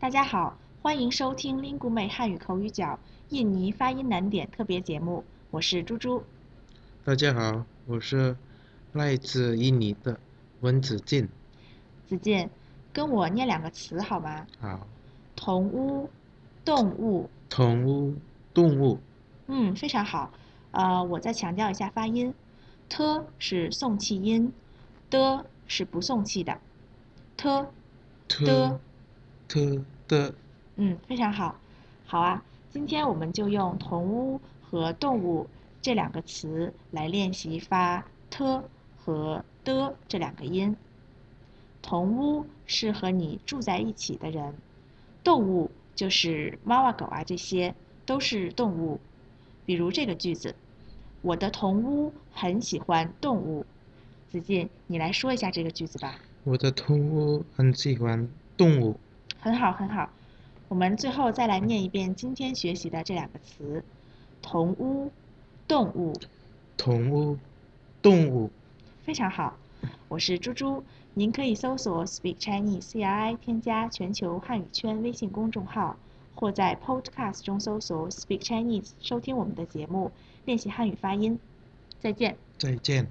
大家好，欢迎收听 l i n g u 妹汉语口语角印尼发音难点特别节目，我是猪猪。大家好，我是来自印尼的温子敬。子健，跟我念两个词好吗？好，同屋，动物。啊宠物动物嗯，非常好。呃，我再强调一下发音，t 是送气音，d 是不送气的。t，的 t t 的嗯，非常好。好啊，今天我们就用同屋和动物这两个词来练习发 t 和的这两个音。同屋是和你住在一起的人，动物就是猫啊、狗啊，这些都是动物。比如这个句子，我的同屋很喜欢动物。子敬，你来说一下这个句子吧。我的同屋很喜欢动物。很好，很好。我们最后再来念一遍今天学习的这两个词：同屋、动物。同屋动物，非常好，我是猪猪。您可以搜索 Speak Chinese CRI 添加全球汉语圈微信公众号，或在 Podcast 中搜索 Speak Chinese 收听我们的节目，练习汉语发音。再见。再见。